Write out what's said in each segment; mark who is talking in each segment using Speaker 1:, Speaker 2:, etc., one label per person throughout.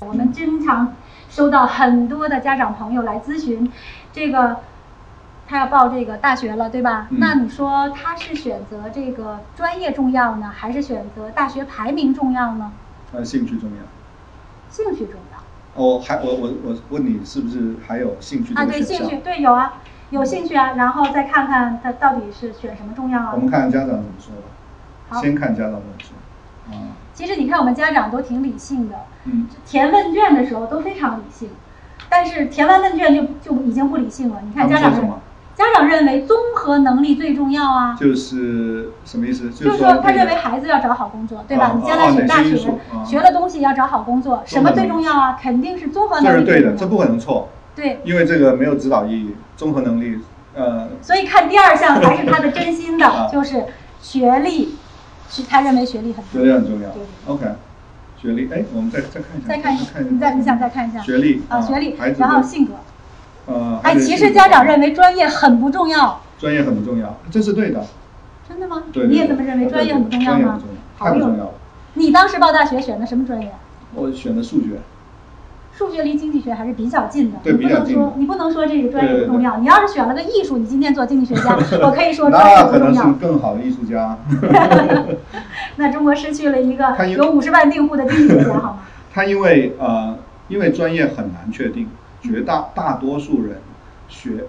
Speaker 1: 我们经常收到很多的家长朋友来咨询，这个他要报这个大学了，对吧？
Speaker 2: 嗯
Speaker 1: 那你说他是选择这个专业重要呢，还是选择大学排名重要呢？
Speaker 2: 呃，兴趣重要。
Speaker 1: 兴趣重要
Speaker 2: 哦，还我我我问你是不是还有兴趣这
Speaker 1: 啊，
Speaker 2: 个嗯
Speaker 1: 对，
Speaker 2: 选项？
Speaker 1: 兴趣对有啊，有兴趣啊，然后再看看他到底是选什么重要啊
Speaker 2: 我。们看看家长怎么说吧，
Speaker 1: 好
Speaker 2: 先看家长怎么说。啊，
Speaker 1: 其实你看我们家长都挺理性的，
Speaker 2: 嗯，
Speaker 1: 填问卷的时候都非常理性，但是填完问卷就就已经不理性了。你看
Speaker 2: 他
Speaker 1: 家
Speaker 2: 们
Speaker 1: 长
Speaker 2: 说什
Speaker 1: 认
Speaker 2: 么？
Speaker 1: 家长认为综合能力最重要啊，
Speaker 2: 就是什么意思？
Speaker 1: 就是是
Speaker 2: 说
Speaker 1: 说他
Speaker 2: 那个
Speaker 1: 认为孩子要找好工作，对吧？
Speaker 2: 哦
Speaker 1: 你将来
Speaker 2: 哦
Speaker 1: 选大
Speaker 2: 哪些因
Speaker 1: 学
Speaker 2: 素，啊嗯
Speaker 1: 学了东西要找好工作，什么最重要啊？肯定是综合
Speaker 2: 这
Speaker 1: 能
Speaker 2: 是
Speaker 1: 力
Speaker 2: 对
Speaker 1: 最
Speaker 2: 的，
Speaker 1: 重
Speaker 2: 这
Speaker 1: 要。
Speaker 2: 不可能错，
Speaker 1: 对，
Speaker 2: 因为这个没有指导意义，综合能力，呃，
Speaker 1: 所以看第二项还是他的真心
Speaker 2: 啊
Speaker 1: 的，就是学历，是他认为学历很
Speaker 2: 学
Speaker 1: 重
Speaker 2: 历
Speaker 1: 要。
Speaker 2: 很重要
Speaker 1: 对。
Speaker 2: OK，学历，哎，我们再再看一下，
Speaker 1: 再看一下，
Speaker 2: 一下，
Speaker 1: 你再你想再看一下
Speaker 2: 学历
Speaker 1: 啊，学历
Speaker 2: 孩，子
Speaker 1: 然后
Speaker 2: 的
Speaker 1: 性格。
Speaker 2: 呃，
Speaker 1: 哎，
Speaker 2: 孩子的
Speaker 1: 其
Speaker 2: 性
Speaker 1: 实
Speaker 2: 格
Speaker 1: 家长认为专业很不重要，
Speaker 2: 专业很不重要，这是对的。
Speaker 1: 真的吗？
Speaker 2: 对，
Speaker 1: 你也
Speaker 2: 对啊
Speaker 1: 这么认为？
Speaker 2: 对
Speaker 1: 专业很不
Speaker 2: 对
Speaker 1: 重要
Speaker 2: 专业
Speaker 1: 吗
Speaker 2: 很重要，
Speaker 1: 好
Speaker 2: 太不
Speaker 1: 有
Speaker 2: 重要了。
Speaker 1: 你当时报大学选的什么专业？
Speaker 2: 我选的数学，
Speaker 1: 数学离经济学还是比较近的，
Speaker 2: 对
Speaker 1: 你不
Speaker 2: 比较
Speaker 1: 能
Speaker 2: 近的
Speaker 1: 说你不能说这个专业
Speaker 2: 对对
Speaker 1: 不重要。你要是选了个艺术，你今天做经济学 家，我可以说专业
Speaker 2: 那
Speaker 1: 不
Speaker 2: 可
Speaker 1: 重
Speaker 2: 能
Speaker 1: 要
Speaker 2: 是。更好的艺 术家，
Speaker 1: 那中国失去了一个
Speaker 2: 他因为
Speaker 1: 有五十万订户的经济学 家，好吗？
Speaker 2: 他因为呃，因为专业很难确定，绝大大多数人学，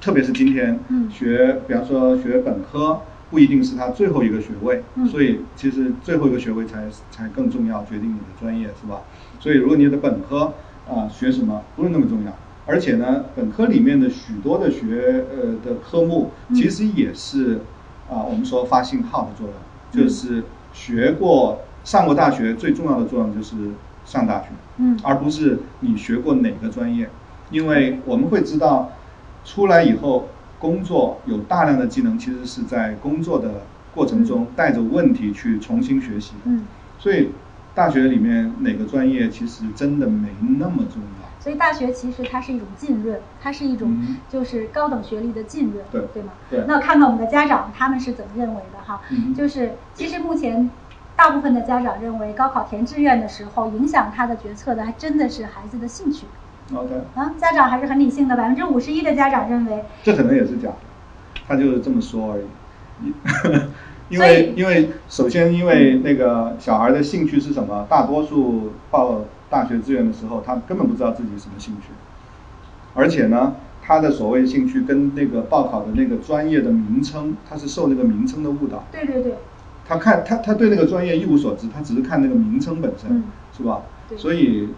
Speaker 2: 特别是今天、
Speaker 1: 嗯
Speaker 2: 学，比方说学本科，不一定是他最后一个学位，
Speaker 1: 嗯
Speaker 2: 所以其实最后一个学位才才更重要，决定你的专业是吧？所以如果你的本科啊、学什么不是那么重要，而且呢，本科里面的许多的学呃的科目
Speaker 1: 嗯
Speaker 2: 其实也是啊、我们说发信号的作用，
Speaker 1: 嗯
Speaker 2: 就是学过上过大学最重要的作用就是上大学，
Speaker 1: 嗯
Speaker 2: 而不是你学过哪个专业，因为我们会知道，出来以后工作有大量的技能其实是在工作的过程中带着问题去重新学习的，
Speaker 1: 嗯，
Speaker 2: 所以大学里面哪个专业其实真的没那么重要，
Speaker 1: 所以大学其实它是一种浸润，它是一种
Speaker 2: 嗯
Speaker 1: 就是高等学历的浸润，
Speaker 2: 对
Speaker 1: 对吗？
Speaker 2: 对
Speaker 1: 那看看我们的家长他们是怎么认为的哈，
Speaker 2: 嗯哼
Speaker 1: 就是其实目前。大部分的家长认为，高考填志愿的时候，影响他的决策的还真的是孩子的兴趣。
Speaker 2: ，OK，
Speaker 1: 啊，家长还是很理性的，百分之五十一的家长认为，
Speaker 2: 这可能也是假的，他就是这么说而已。因
Speaker 1: 所以
Speaker 2: 为因为首先因为那个小孩的兴趣是什么，大多数报大学志愿的时候，他根本不知道自己什么兴趣，而且呢，他的所谓兴趣跟那个报考的那个专业的名称，他是受那个名称的误导，
Speaker 1: 对对对，
Speaker 2: 他看他他对那个专业一无所知，他只是看那个名称本身，
Speaker 1: 嗯
Speaker 2: 是吧？
Speaker 1: 对
Speaker 2: 所以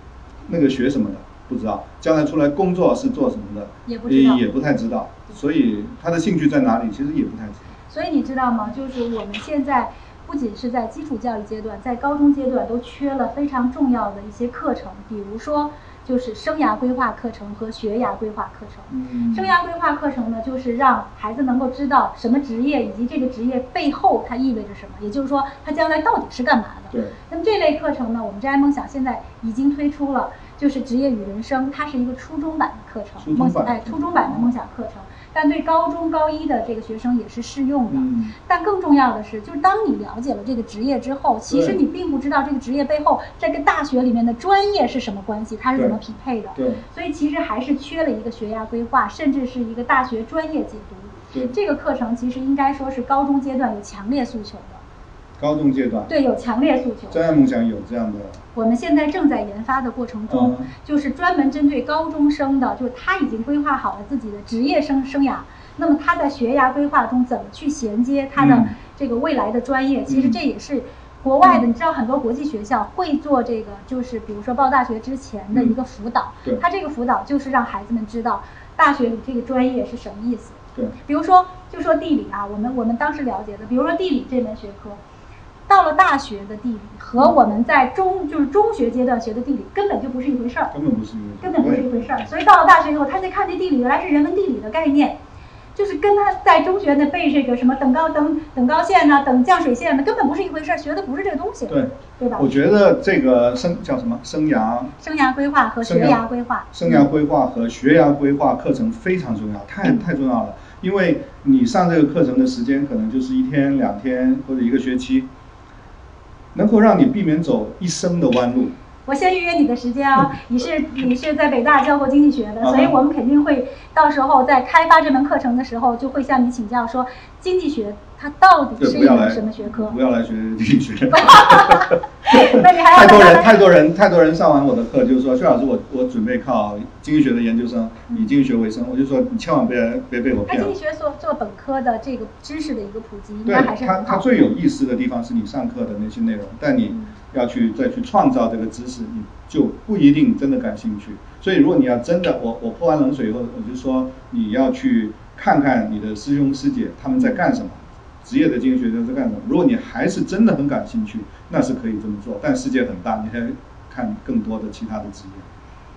Speaker 2: 那个学什么的不知道，将来出来工作是做什么的
Speaker 1: 也不知道
Speaker 2: 也不太知道，所以他的兴趣在哪里，其实也不太知道。
Speaker 1: 所以你知道吗？就是我们现在不仅是在基础教育阶段，在高中阶段都缺了非常重要的一些课程，比如说就是生涯规划课程和学涯规划课程。
Speaker 2: 嗯
Speaker 1: 生涯规划课程呢，就是让孩子能够知道什么职业以及这个职业背后它意味着什么，也就是说他将来到底是干嘛的。
Speaker 2: 对，
Speaker 1: 那么这类课程呢，我们真爱梦想现在已经推出了，就是职业与人生，它是一个初中版的课
Speaker 2: 初
Speaker 1: 程，
Speaker 2: 中
Speaker 1: 梦
Speaker 2: 版
Speaker 1: 想哎，初中版的梦想课程，但对高中高一的这个学生也是适用的。
Speaker 2: 嗯
Speaker 1: 但更重要的是，就是当你了解了这个职业之后，其实
Speaker 2: 对
Speaker 1: 你并不知道这个职业背后这个大学里面的专业是什么关系，它是怎么
Speaker 2: 对
Speaker 1: 匹配的。
Speaker 2: 对
Speaker 1: 所以其实还是缺了一个学涯规划，甚至是一个大学专业解读。
Speaker 2: 对，
Speaker 1: 这个课程其实应该说是高中阶段有强烈诉求的，
Speaker 2: 高中阶段，
Speaker 1: 对，有强烈诉求。
Speaker 2: 真爱梦想有这样的，
Speaker 1: 我们现在正在研发的过程中
Speaker 2: 嗯，
Speaker 1: 就是专门针对高中生的，就是他已经规划好了自己的职业生生涯，那么他在学涯规划中怎么去衔接他的
Speaker 2: 嗯
Speaker 1: 这个未来的专业？其实
Speaker 2: 嗯
Speaker 1: 这也是国外的，
Speaker 2: 嗯
Speaker 1: 你知道很多国际学校会做这个，就是比如说报大学之前的一个辅导
Speaker 2: 嗯对，
Speaker 1: 他这个辅导就是让孩子们知道大学里这个专业是什么意思。
Speaker 2: 对
Speaker 1: 比如说，就说地理啊，我们我们当时了解的，比如说地理这门学科，到了大学的地理和我们在中就是中学阶段学的地理根本就不是一回事儿，
Speaker 2: 根本不是一回事，
Speaker 1: 根本不是一回事儿。所以到了大学以后，他才看这地理原来是人文地理的概念，就是跟他在中学那背这个什么等高等等高线呐、等降水线呢，根本不是一回事儿，学的不是这个东西，
Speaker 2: 对。对，
Speaker 1: 对吧
Speaker 2: 我？觉得这个生叫什么生涯
Speaker 1: 生涯规划和
Speaker 2: 生
Speaker 1: 学
Speaker 2: 涯
Speaker 1: 涯规划，
Speaker 2: 生涯规划和学涯规划课程非常重要，太
Speaker 1: 嗯
Speaker 2: 太重要了。因为你上这个课程的时间可能就是一天、两天或者一个学期，能够让你避免走一生的弯路。
Speaker 1: 我先预约你的时间 啊、你是你是在北大教过经济学的，所以我们肯定会到时候在开发这门课程的时候，就会向你请教说经济学它到底
Speaker 2: 对，
Speaker 1: 是
Speaker 2: 不
Speaker 1: 一
Speaker 2: 要来
Speaker 1: 门什么学 科
Speaker 2: 不？要来学经 济学。
Speaker 1: 那你还要
Speaker 2: 太多
Speaker 1: 让
Speaker 2: 人，
Speaker 1: 大
Speaker 2: 太
Speaker 1: 家
Speaker 2: 多人，太多人上完我的课，就是说，薛老师我，我准备考经济学的研究生，
Speaker 1: 嗯
Speaker 2: 以经济学为生。我就说，你千万别别被我
Speaker 1: 他
Speaker 2: 骗
Speaker 1: 经
Speaker 2: 了
Speaker 1: 济。学所做本科的这个知识的一个普及，应
Speaker 2: 对
Speaker 1: 该还是
Speaker 2: 他，
Speaker 1: 很
Speaker 2: 他
Speaker 1: 好。嗯
Speaker 2: 最有意思的地方是你上课的那些内容，但你要去再去创造这个知识，你就不一定真的感兴趣。所以，如果你要真的，我我泼完冷水以后，我就说你要去看看你的师兄师姐他们在干什么，
Speaker 1: 嗯
Speaker 2: 职业的经济学家在干什么。如果你还是真的很感兴趣，那是可以这么做。但世界很大，你还看更多的其他的职业。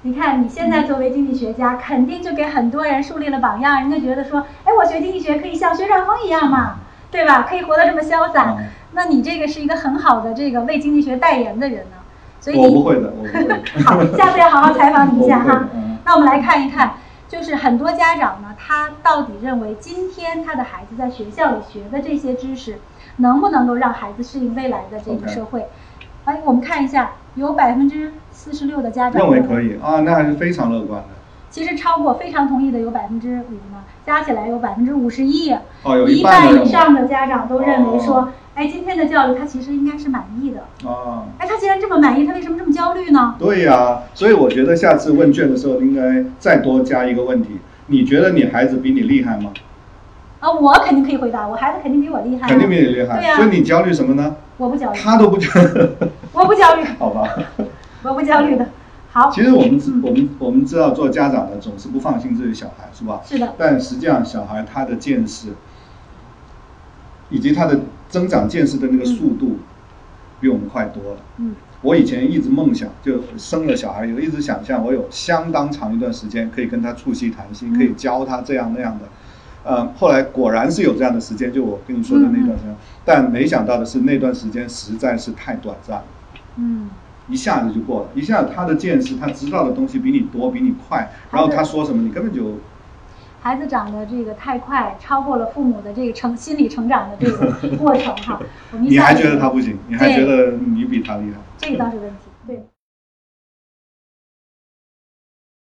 Speaker 1: 你看，你现在作为经济学家，肯定就给很多人树立了榜样，人家觉得说，哎，我学经济学可以像薛兆丰一样嘛，对吧？可以活得这么潇洒
Speaker 2: 嗯。
Speaker 1: 那你这个是一个很好的这个为经济学代言的人呢，所以
Speaker 2: 我不
Speaker 1: 你
Speaker 2: 会的，我不会的。
Speaker 1: 好，下次要 好好采访你一下
Speaker 2: 我不会
Speaker 1: 哈
Speaker 2: 的嗯。
Speaker 1: 那我们来看一看，就是很多家长呢，他到底认为今天他的孩子在学校里学的这些知识，能不能够让孩子适应未来的这个
Speaker 2: OK
Speaker 1: 社会？哎，我们看一下，有百分之四十六的家长
Speaker 2: 认为可
Speaker 1: 以。
Speaker 2: 以啊，那还是非常乐观的。
Speaker 1: 其实超过非常同意的有百分之五呢，加起来有百分之五十一，
Speaker 2: 哦有
Speaker 1: 一
Speaker 2: 一半的
Speaker 1: 以
Speaker 2: 人
Speaker 1: 上的家长都认为说，
Speaker 2: 哦
Speaker 1: 哎，今天的教育他其实应该是满意的。
Speaker 2: 啊，
Speaker 1: 哎，他既然这么满意，他为什么这么焦虑呢？
Speaker 2: 对呀、所以我觉得下次问卷的时候应该再多加一个问题：你觉得你孩子比你厉害吗？
Speaker 1: 啊，我肯定可以回答，我孩子肯定比我厉害、啊，
Speaker 2: 肯定比你厉害，
Speaker 1: 对呀、
Speaker 2: 所以你焦虑什么呢？
Speaker 1: 我不焦虑，
Speaker 2: 他都不觉得，
Speaker 1: 我不焦虑，
Speaker 2: 好吧？
Speaker 1: 我不焦虑的。好，
Speaker 2: 其实我们知
Speaker 1: 嗯
Speaker 2: 我们我们知道做家长的总是不放心自己小孩，是吧？
Speaker 1: 是的
Speaker 2: 但实际上，小孩他的见识，以及他的增长见识的那个速度，比我们快多了。
Speaker 1: 嗯，
Speaker 2: 我以前一直梦想，就生了小孩以后，一直想象我有相当长一段时间可以跟他促膝谈心，可以教他这样那样的。呃，后来果然是有这样的时间，就我跟你说的那段时间，但没想到的是那段时间实在是太短暂了。
Speaker 1: 嗯，
Speaker 2: 一下子就过了，一下子他的见识，他知道的东西比你多，比你快，然后他说什么你根本就
Speaker 1: 孩子长得这个太快，超过了父母的这个成心理成长的这个过程哈。我们一
Speaker 2: 你
Speaker 1: 下
Speaker 2: 还
Speaker 1: 子
Speaker 2: 觉得他不行，你还
Speaker 1: 对
Speaker 2: 觉得你比他厉害。
Speaker 1: 这个倒是真的。